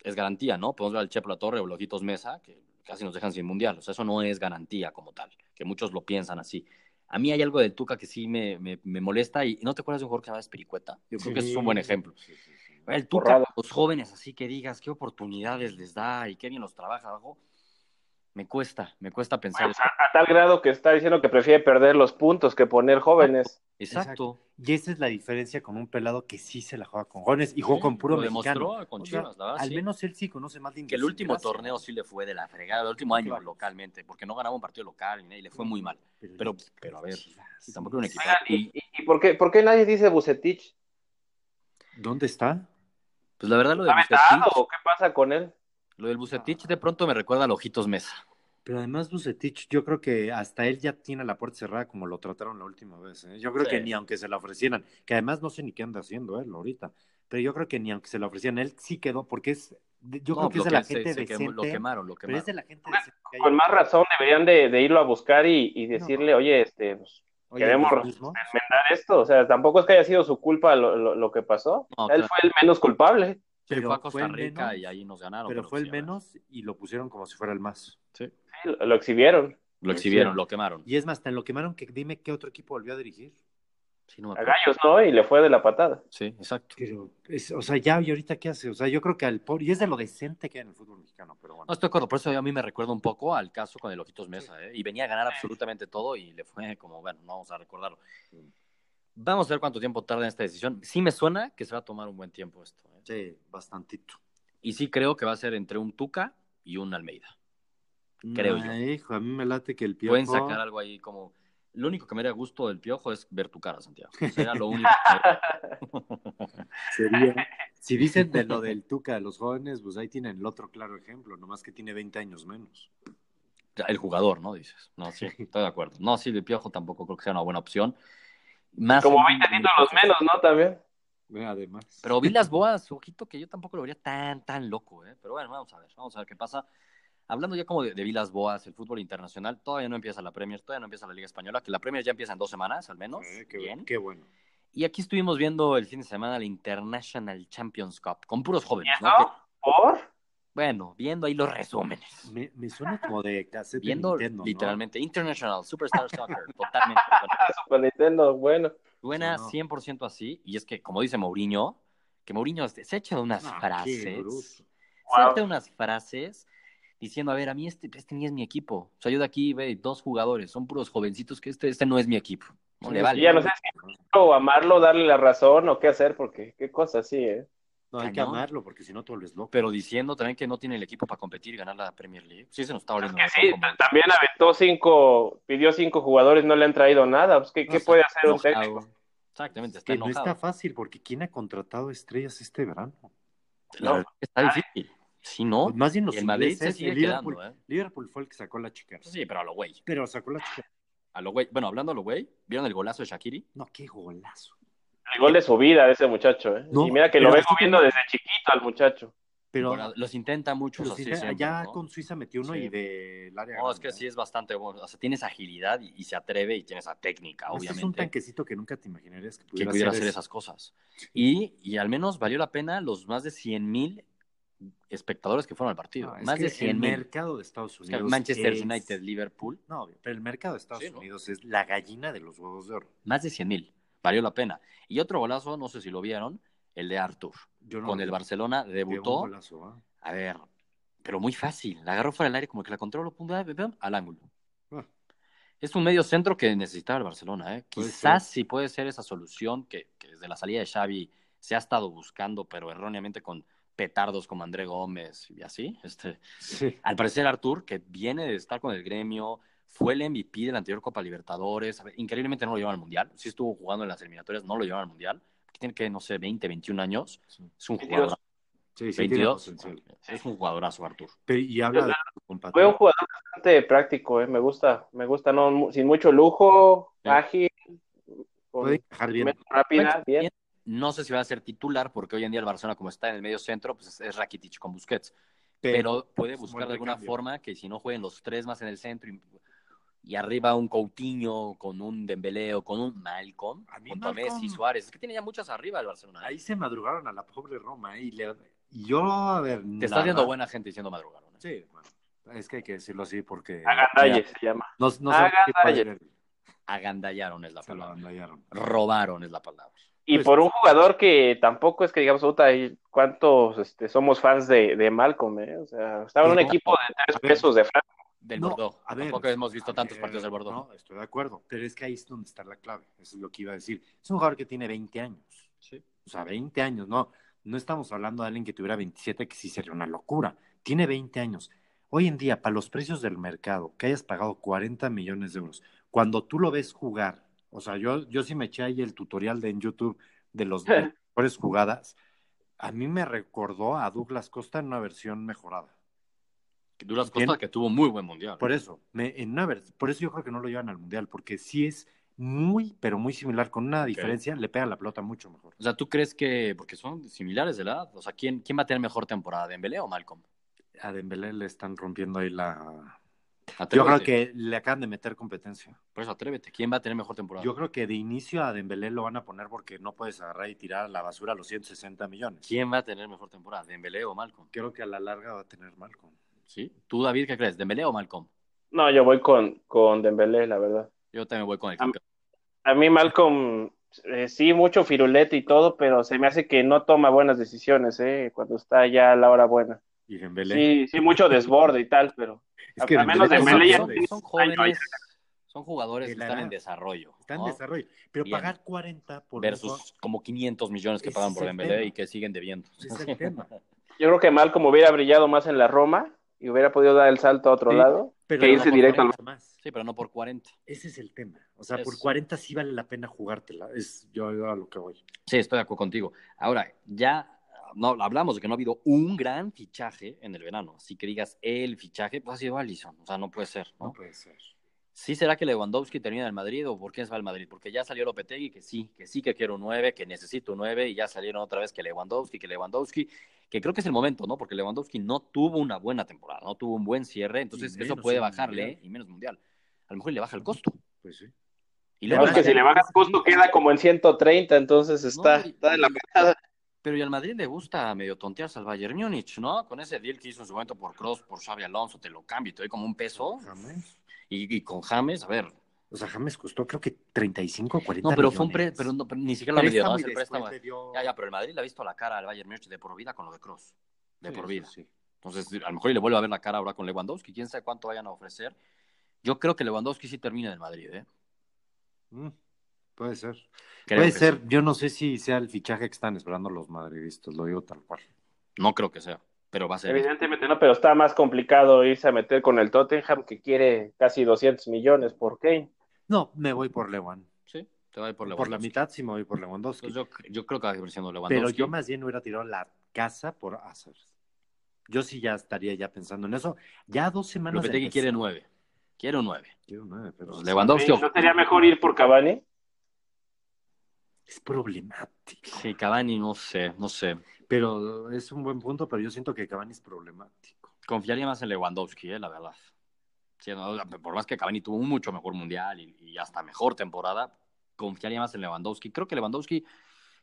A: es garantía, ¿no? Podemos ver al Chepo La Torre o Lojitos Mesa, que casi nos dejan sin mundial. O sea, eso no es garantía como tal, que muchos lo piensan así. A mí hay algo del Tuca que sí me, me- me molesta y ¿no te acuerdas de un jugador que se llama Espiricueta? Yo creo que ese es un buen ejemplo.
C: Sí, sí, sí.
A: El Tuca,
B: Corrado.
A: a los jóvenes, así que digas qué oportunidades les da y qué bien los trabaja abajo, me cuesta, me cuesta pensar.
B: Bueno, a, a tal grado que está diciendo que prefiere perder los puntos que poner jóvenes.
A: Exacto.
C: Y esa es la diferencia con un pelado que sí se la juega con jóvenes y jugó
A: Sí,
C: con puro
A: lo
C: mexicano.
A: demostró con
C: O sea,
A: Chivas, la verdad,
C: al
A: sí.
C: menos él sí conoce más de
A: Que el último
C: idiosincrasia.
A: torneo sí le fue de la fregada, el último año
C: Claro.
A: localmente, porque no ganaba un partido local y le fue muy mal. Pero- pero a ver,
C: Chivas,
A: tampoco era un
C: sí.
A: equipo.
B: ¿Y, y, y por, qué, por qué nadie dice Bucetich?
C: ¿Dónde está?
A: Pues la verdad, lo del
B: ¿Está vetado
A: Bucetich,
B: o qué pasa con él?
A: lo del Bucetich de pronto me recuerda a Lojitos Mesa.
C: Pero además Bucetich, yo creo que hasta él ya tiene la puerta cerrada como lo trataron la última vez. ¿eh? Yo creo
A: Sí.
C: que ni aunque se la ofrecieran, que además no sé ni qué anda haciendo él ahorita, pero yo creo que ni aunque se la ofrecieran, él sí quedó porque es, de- yo
A: No,
C: creo que
A: lo
C: es de la
A: que se-
C: gente
A: se quemó-
C: decente.
A: lo quemaron, lo
C: pero
A: quemaron.
C: es de la gente decente. que hay
B: Con más
C: ahorita.
B: razón deberían de, de irlo a buscar y, y decirle, oye, este, pues,
C: Oye,
B: queremos-
C: los mismos.
A: Ah,
B: enmendar esto. O sea, tampoco es que haya sido su culpa lo, lo- lo que pasó.
A: No,
B: Él
A: claro.
B: fue el menos culpable.
A: Sí,
C: pero
A: fue a Costa
C: fue el
A: Rica
C: menos,
A: y ahí nos ganaron.
C: Pero fue
A: sí,
C: el
A: a ver.
C: menos y lo pusieron como si fuera el más.
B: Sí, lo, lo exhibieron.
A: Lo exhibieron, lo quemaron.
C: Y es más, tan lo quemaron que dime qué otro equipo volvió a dirigir.
A: Sí, no me
B: A
A: acuerdo.
B: Gallos, ¿no? Y le fue de la patada.
A: Sí, exacto.
C: Pero, es, o sea, ya, ¿y ahorita qué hace? O sea, yo creo que al pobre, y es de lo decente que hay en el fútbol mexicano, pero bueno.
A: No estoy de acuerdo, por eso a mí me recuerda un poco al caso con el Ojitos Mesa, ¿eh? y venía a ganar absolutamente todo y le fue como, bueno, no vamos a recordarlo. Vamos a ver cuánto tiempo tarda en esta decisión. Sí me suena que se va a tomar un buen tiempo esto, ¿eh?
C: Sí, bastantito.
A: y sí creo que va a ser entre un Tuca y un Almeida. Creo yo.
C: Hijo, a mí me late que el piojo...
A: Pueden sacar algo ahí como... Lo único que me da gusto del piojo es ver tu cara, Santiago. Será lo único. que-
C: sería- Si dicen de lo del Tuca de los jóvenes, pues ahí tienen el otro claro ejemplo, nomás que tiene 20 años menos.
A: el jugador, ¿no? Dices. No, sí, estoy de acuerdo. No, sí, el Piojo tampoco creo que sea una buena opción. Más
B: Ah, Como 20 títulos menos, ¿no? También.
C: eh, Además.
A: Pero vi las boas, ojito, que yo tampoco lo vería tan, tan loco, ¿eh? Pero bueno, vamos a ver, vamos a ver qué pasa. Hablando ya como de, de Vilas Boas, el fútbol internacional, todavía no empieza la Premier, todavía no empieza la Liga Española, que la Premier ya empieza en dos semanas al menos.
C: Eh, qué,
A: Bien.
C: bueno, qué bueno.
A: Y aquí estuvimos viendo el fin de semana la International Champions Cup, con puros jóvenes,
B: ¿Y
A: ¿no?
B: eso?
A: Que-
B: ¿Por?
A: bueno, viendo ahí los resúmenes.
C: Me, me suena como de cassette de
A: Viendo
C: Nintendo, ¿no?
A: literalmente International Superstar Soccer, totalmente.
B: Ah, Super Nintendo, bueno.
A: Suena
C: Sí,
A: 100% así, y es que, como dice Mourinho, que Mourinho se se echa de unas
C: Ah, qué
A: frases.
C: grosso.
B: Wow.
A: Suelta unas frases diciendo, a ver, a mí este, este ni es mi equipo. O sea, yo de aquí, ve, dos jugadores, son puros jovencitos que este, este no es mi equipo. No le vale.
B: sí, ya no sé O amarlo, darle la razón o qué hacer, porque qué cosa sí, ¿eh?
C: No, hay que
A: Cañón.
C: amarlo porque si no te vuelves loco.
A: Pero diciendo también que no tiene el equipo para competir y ganar la Premier League. Sí, se nos está volviendo.
B: Pues Que
A: loco,
B: sí,
A: como-
B: t- también aventó cinco, pidió cinco jugadores, no le han traído nada. Pues, ¿qué,
A: no,
B: qué
A: está
B: puede hacer un
A: enojado.
B: técnico?
A: Exactamente, está
C: que no
A: enojado.
C: está fácil porque ¿quién ha contratado estrellas este verano?
A: La
B: no.
A: verdad es que está difícil. Si no,
C: Pues más bien los
A: el Madrid se
C: ingleses,
A: sigue
C: el Liverpool,
A: quedando, ¿eh? Pues
C: Liverpool fue el que sacó a la chica.
A: Sí, pero a lo güey.
C: Pero sacó a la chica.
A: A lo güey. Bueno, hablando a lo güey, ¿vieron el golazo de Shakiri?
C: No, qué golazo.
B: El gol de su vida de ese muchacho, ¿eh?
C: No,
B: y mira que lo
C: pero
B: vengo
C: sí que-
B: viendo desde chiquito al muchacho.
C: Pero
A: Bueno, los intenta muchos
C: los
A: así
C: Inter-
A: siempre,
C: ya
A: ¿no?
C: con Suiza metió uno
A: Sí.
C: y del área. Este
A: No, es
C: grande,
A: que sí es bastante bueno. O sea, tienes agilidad y, y se atreve y tienes la técnica,
C: Ese
A: obviamente.
C: Pues Es un tanquecito que nunca te imaginarías que
A: que
C: pudiera,
A: pudiera hacer
C: eso.
A: esas cosas. Y, y al menos valió la pena los más de 100 mil espectadores que fueron al partido.
C: No, es
A: más
C: que
A: de 100
C: El
A: mil.
C: mercado de Estados Unidos.
A: Manchester
C: es-
A: United, Liverpool,
C: No, pero el mercado de Estados
A: Sí, ¿no?
C: Unidos es la gallina de los huevos de oro.
A: más de 100 mil. Valió la pena. Y otro golazo, no sé si lo vieron, el de Arthur.
C: Yo no
A: Con
C: lo
A: el
C: vi.
A: Barcelona
C: Qué buen
A: debutó.
C: golazo, ¿ah?
A: A ver, pero muy fácil. La agarró fuera del aire, como que la controló, pum, da, pam, al ángulo.
C: Ah.
A: Es un medio centro que necesitaba el Barcelona. ¿eh?
C: Puede
A: Quizás sí puede ser esa solución que, que desde la salida de Xavi se ha estado buscando, pero erróneamente con petardos como André Gómez y así. Este,
C: Sí.
A: al parecer Artur, que viene de estar con el gremio, fue el MVP de la anterior Copa Libertadores. A ver, increíblemente no lo llevan al Mundial. Sí estuvo jugando en las eliminatorias, no lo llevan al Mundial. Tiene que, no sé, 20, 21 años.
C: Sí,
A: Es un
B: 22.
A: jugador.
C: sí, sí tiene
A: 22.
C: potencial.
A: Es un jugadorazo, Artur.
C: Pero- y habla de
B: Fue un
C: compatriota.
B: jugador bastante práctico, ¿eh? Me gusta, me gusta, no, mu- sin mucho lujo,
A: Sí.
B: ágil, con
C: Puede encajar bien.
B: movimiento rápida,
A: Bueno,
B: bien.
A: No sé si va a ser titular, porque hoy en día el Barcelona, como está en el medio centro, pues es- es Rakitic con Busquets. pero puede
C: es un
A: buscar
C: buen
A: de alguna
C: recambio.
A: forma que si no jueguen los tres más en el centro y, y arriba un Coutinho con un Dembélé o con un Malcolm
C: A mí
A: junto a
C: Malcom.
A: Messi Suárez es que tiene ya muchas arriba el Barcelona
C: Ahí se madrugaron a la pobre Roma ¿eh? y le- y yo, a ver.
A: te está viendo buena gente diciendo madrugaron ¿eh?
C: Sí, bueno, es que hay que decirlo así porque.
B: Agandalle se llama.
C: No, no sabe qué
B: Agandalle.
C: padre,
A: agandallaron es la
C: Se lo
A: palabra
C: agandallaron.
A: robaron es la palabra
B: Y
C: Pues-
B: por un jugador que tampoco es que digamos, puta, y cuántos este, somos fans de, de Malcolm, ¿eh? O sea, estaba en un
C: No.
B: equipo de tres
C: A ver.
B: pesos de Francia.
A: del
C: No,
A: Bordeaux
C: a ver,
A: tampoco hemos visto
C: a
A: tantos
C: ver,
A: partidos del Bordeaux
C: No, estoy de acuerdo, pero es que ahí es donde está la clave, eso es lo que iba a decir. Es un jugador que tiene 20 años,
A: Sí.
C: o sea, 20 años, no, no estamos hablando de alguien que tuviera 27, que sí sería una locura, tiene 20 años. Hoy en día, para los precios del mercado, que hayas pagado 40 millones de euros, cuando tú lo ves jugar, o sea, yo, yo sí me eché ahí el tutorial de en YouTube de los de las mejores jugadas, a mí me recordó a Douglas Costa en una versión mejorada.
A: que Duras
C: ¿Quién?
A: Costa que tuvo muy buen mundial
C: Por eso, me, en una vers- por eso yo creo que no lo llevan al mundial, porque sí es muy, pero muy similar, con una diferencia, le pega la pelota mucho mejor.
A: o sea tú crees que porque son similares de la edad o sea quién quién va a tener mejor temporada Dembélé o Malcolm
C: A Dembélé le están rompiendo ahí la. Yo creo
A: Atrévete.
C: que le acaban de meter competencia.
A: por eso atrévete quién va a tener mejor temporada
C: Yo creo que de inicio a Dembélé lo van a poner porque no puedes agarrar y tirar a la basura los 160 millones.
A: quién va a tener mejor temporada Dembélé o Malcolm
C: Creo que a la larga va a tener Malcolm.
A: ¿Sí? ¿Tú, David, qué crees? ¿Dembélé o Malcolm?
B: No, yo voy con, con Dembélé, la verdad.
A: Yo también voy con el
B: Am-
A: campeón.
B: A mí Malcolm, eh, sí, mucho firulete y todo, pero se me hace que no toma buenas decisiones, ¿eh? Cuando está ya a la hora buena.
C: Y Dembélé.
B: Sí, sí, mucho desborde y tal, pero...
C: es que
B: a menos
C: Dembélé
B: Dembélé ya
C: son
A: son,
C: hombres,
A: son
B: Ay,
A: jóvenes,
B: no,
A: son jugadores que
C: De la
A: están en
C: edad.
A: desarrollo.
C: está en
A: ¿no?
C: desarrollo. Pero
A: Bien.
C: pagar 40 por un jugador
A: Versus como 500 millones que
C: Ese
A: pagan
C: es
A: por
C: el
A: Dembélé
C: tema.
A: y que siguen debiendo.
C: es el tema.
B: Yo creo que Malcolm hubiera brillado más en la Roma y hubiera podido dar el salto a otro
C: Sí.
B: lado.
C: Pero
B: Que
C: no
B: irse
C: por
B: directo al-
C: 40 más.
A: Sí, pero no por 40.
C: Ese es el tema. O sea,
A: Es-
C: por 40 sí vale la pena jugártela. Es yo, yo a lo que voy.
A: Sí, estoy de acuerdo contigo. Ahora, ya no, hablamos de que no ha habido un gran fichaje en el verano. Así que digas el fichaje, pues ha sido Allison. O sea, no puede ser, ¿no?
C: No puede ser.
A: ¿Sí será que Lewandowski termina en el Madrid o por qué se va al Madrid? Porque ya salió Lopetegui que sí, que sí que quiero un 9, que necesito un 9 y ya salieron otra vez que Lewandowski, que Lewandowski, que creo que es el momento, ¿no? Porque Lewandowski no tuvo una buena temporada, no tuvo un buen cierre, entonces
C: Y
A: eso
C: menos
A: puede
C: un
A: bajarle
C: mundial.
A: ¿eh? y menos mundial. A lo mejor le baja el costo.
C: Pues sí.
A: Y
B: No,
A: luego
B: es que si le bajas costo queda como en 1treinta, entonces está,
A: No, y-
B: está de la patada.
A: Pero y al Madrid le gusta medio tontearse al Bayern Múnich, ¿no? Con ese deal que hizo en su momento por Cross, por Xavi Alonso, te lo cambio y te doy como un peso.
C: James.
A: Y, y con James, a ver.
C: O sea, James costó creo que 35 o 40
A: No, pero fue un pre-
C: millones.
A: pero, no- pero ni siquiera lo ha
C: Préstamo
A: medido, ¿no?
C: y
A: Es el
C: después
A: préstamo.
C: le dio-
A: Ya, ya, pero el Madrid le ha visto la cara al Bayern Múnich de por vida con lo de Cross. De
C: Sí,
A: por
C: sí,
A: vida.
C: sí.
A: Entonces, a lo mejor y le vuelve a ver la cara ahora con Lewandowski. Quién sabe cuánto vayan a ofrecer. Yo creo que Lewandowski sí termina en el Madrid, ¿eh?
C: Mm, Puede ser.
A: Creo
C: Puede
A: que
C: ser.
A: sí.
C: Yo no sé si sea el fichaje que están esperando los madridistas. Lo digo tal cual.
A: No creo que sea, pero va a ser.
B: Evidentemente no, pero está más complicado irse a meter con el Tottenham que quiere casi 200 millones por Kane.
C: No, me voy por Lewan.
A: Sí, te va a ir por
C: Por,
A: Lewandowski.
C: la mitad sí me voy por Lewandowski.
A: Entonces, yo, yo creo que va a ir siendo Pues Lewandowski.
C: pero yo más bien hubiera tirado la casa por Hazard. Yo sí ya estaría ya pensando en eso. Ya dos semanas. de
A: Lopetegui
C: empezar-
A: quiere nueve. Quiere un nueve.
C: Quiero nueve, pero
A: Pues Lewandowski.
B: ¿No sería mejor ir por Cavani?
C: es problemático.
A: Sí, Cavani, no sé, no sé.
C: Pero es un buen punto, pero yo siento que Cavani es problemático.
A: Confiaría más en Lewandowski, eh, la verdad. Sí, no, por más que Cavani tuvo un mucho mejor mundial y, y hasta mejor temporada, confiaría más en Lewandowski. Creo que Lewandowski,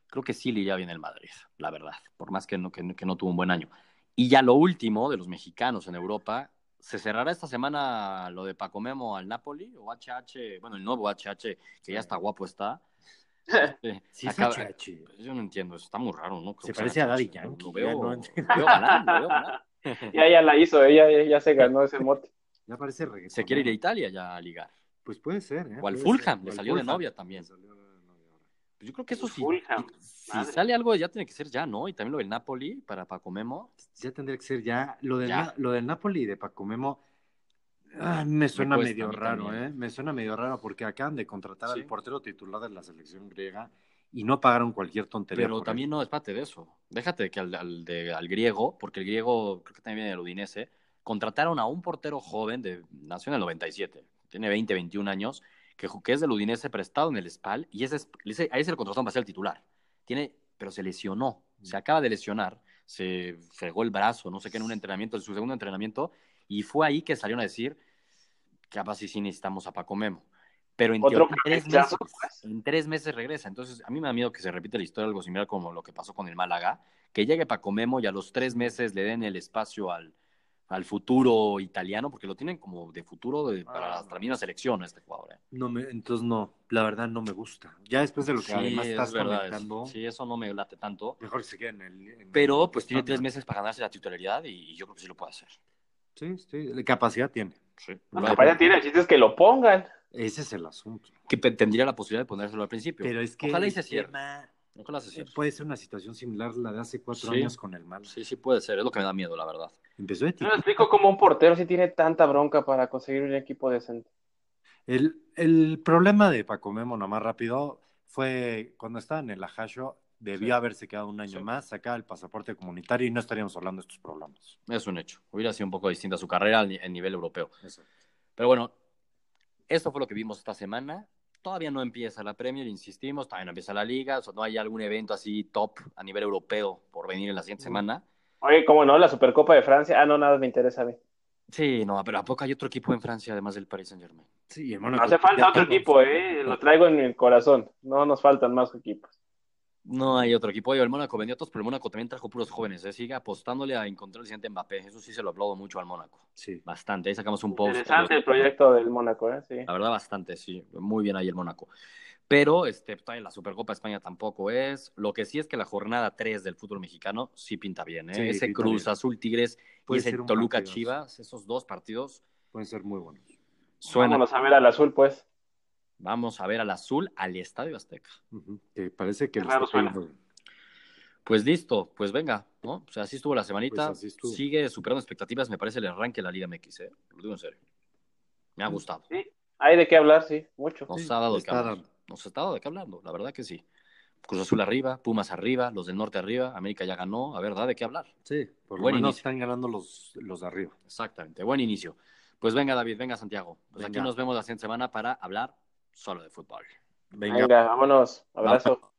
A: creo que sí le ya viene el Madrid, la verdad. Por más que no, que, no- que no tuvo un buen año. Y ya lo último de los mexicanos en Europa, ¿se cerrará esta semana lo de Paco Memo al Napoli? O HH, bueno, el nuevo HH, que ya está guapo está. Este,
C: Sí, es
A: acaba-
C: Achachi.
A: Pues Yo no entiendo, eso está muy raro, ¿no? Creo
C: Se
A: que
C: parece
A: sea
C: a Daddy
A: Chachi,
C: Yankee,
A: Lo
C: ya
A: veo,
C: no
A: lo
C: entiendo.
A: veo ganar, lo veo ganar.
B: Ya, ya la hizo, eh, ya, ya se ganó ese mote.
C: Ya parece reggaetonero.
A: Se quiere ir a Italia ya a ligar.
C: Pues puede ser. ¿eh?
A: O al
C: Puede
A: Fulham,
C: ser.
A: le
C: O al
A: salió de
C: Fulham.
A: novia también.
C: Le salió de novia ahora.
A: Pues Yo creo que eso sí.
B: Fulham,
A: Si
B: madre.
A: sale algo, ya tiene que ser ya, ¿no? Y también lo del Napoli para Paco Memo.
C: Ya tendría que ser ya. Lo del,
A: Ya.
C: Na- Lo del Napoli y de Paco Memo ah, me suena
A: cuesta a
C: medio
A: mí
C: raro,
A: también.
C: ¿eh? Me suena medio raro porque acaban de contratar
A: Sí.
C: al portero titular de la selección griega y no pagaron cualquier tontería.
A: Pero
C: por
A: también no, espérate de eso. Déjate de que al, al- de- al griego, porque el griego creo que también viene del Udinese, contrataron a un portero joven de nació en el 97, tiene 20, 21 años, que, ju- que es del Udinese prestado en el SPAL y ese, es- ese- a ese lo contrataron para ser el titular. Tiene, pero se lesionó,
C: Mm.
A: se acaba de lesionar, se fregó el brazo, no sé qué, en un entrenamiento, en su segundo entrenamiento, y fue ahí que salieron a decir, capaz y sí necesitamos a Paco Memo. Pero en,
B: Otro
A: teoría, tres meses,
B: cabezazo, pues.
A: en tres meses regresa. Entonces, a mí me da miedo que se repita la historia algo similar como lo que pasó con el Málaga, que llegue Paco Memo y a los tres meses le den el espacio al, al futuro italiano, porque lo tienen como de futuro de- para
C: Ah,
A: las
C: no.
A: la misma selección este jugador. ¿eh?
C: No me, entonces no, la verdad no me gusta. Ya después de lo que
A: Sí,
C: además
A: es
C: estás
A: verdad, es-
C: comentando, Mm,
A: Sí, eso no me late tanto.
C: mejor que se quede en el. en
A: Pero
C: el-
A: pues tiene tres meses para ganarse la titularidad y, y yo creo que sí lo puede hacer.
C: Sí, sí, la capacidad tiene.
A: Sí.
B: No,
A: Lo-
B: capaz ya tiene, el chiste es que lo pongan.
C: Ese es el asunto.
A: que pe- tendría la posibilidad de ponérselo al principio.
C: Pero pues, es que
A: Ojalá y
C: el
A: se cierre.
C: tema-
A: Ojalá se cierre.
C: puede ser una situación similar a la de hace cuatro
A: Sí.
C: años con el mal.
A: Sí, sí puede ser, es lo que me da miedo, la verdad.
C: Empezó de
B: Yo no explico cómo un portero sí tiene tanta bronca para conseguir un equipo decente.
C: El, el problema de Paco Memo, nomás rápido, fue cuando estaba en el Ajasho, debió
A: Sí.
C: haberse quedado un año
A: Sí.
C: más, sacaba el pasaporte comunitario y no estaríamos hablando de estos problemas.
A: Es un hecho. Hubiera sido un poco distinta su carrera al ni- en nivel europeo. Pero bueno, eso fue lo que vimos esta semana. Todavía no empieza la Premier, insistimos, todavía no empieza la Liga, o sea, no hay algún evento así top a nivel europeo por venir en la siguiente
C: Mm.
A: semana.
B: Oye, ¿cómo no? La Supercopa de Francia. Ah, no, nada me interesa a mí.
A: Sí, no, pero ¿a poco hay otro equipo en Francia además del Paris Saint-Germain?
C: Sí, hermano.
B: No hace
A: pues,
B: falta otro equipo, ¿eh? Lo traigo en el corazón. No nos faltan más equipos.
A: No hay otro equipo. Oye, el Mónaco vendió a otros, pero el Mónaco también trajo puros jóvenes, ¿eh? sigue apostándole a encontrar el siguiente Mbappé. Eso sí se lo aplaudo mucho al Mónaco.
C: Sí.
A: Bastante, ahí sacamos un Ah, post.
B: Interesante el proyecto del Mónaco, ¿eh? Sí.
A: La verdad, bastante, sí. Muy bien ahí el Mónaco. Pero este, en la Supercopa de España tampoco es. Lo que sí es que la jornada 3 del fútbol mexicano sí pinta bien. ¿eh?
C: Sí,
A: ese
C: pinta
A: Cruz
C: bien.
A: Azul Tigres y
C: Puede
A: ese
C: ser un
A: Toluca
C: partidazo.
A: Chivas, esos dos partidos
C: Pueden ser muy buenos.
A: suenan.
B: Vámonos a ver al azul, pues.
A: Vamos a ver al Azul al Estadio Azteca.
C: Ujú, Que parece que
B: Qué
C: lo
B: raro
C: está
B: suena.
C: pidiendo.
A: Pues listo, pues venga, ¿no? O sea, así estuvo la semanita.
C: Pues así estuvo.
A: Sigue superando expectativas, me parece el arranque de la Liga MX, ¿eh? Lo digo en serio. Me ha gustado.
B: Hay de qué hablar, sí, mucho.
A: Nos
C: Pues Sí,
A: ha dado de qué
C: está
A: hablar.
C: dando.
A: Nos ha dado de qué hablar, la verdad que sí. Cruz Azul arriba, Pumas arriba, los del norte arriba, América ya ganó, a ver, da de qué hablar.
C: Sí, por lo
A: Buen
C: menos
A: inicio.
C: están ganando los, los de arriba.
A: Exactamente, buen inicio. Pues venga David, venga Santiago. Pues
C: Venga.
A: aquí nos vemos la siguiente semana para hablar solo de fútbol.
B: Venga, vámonos. Abrazo.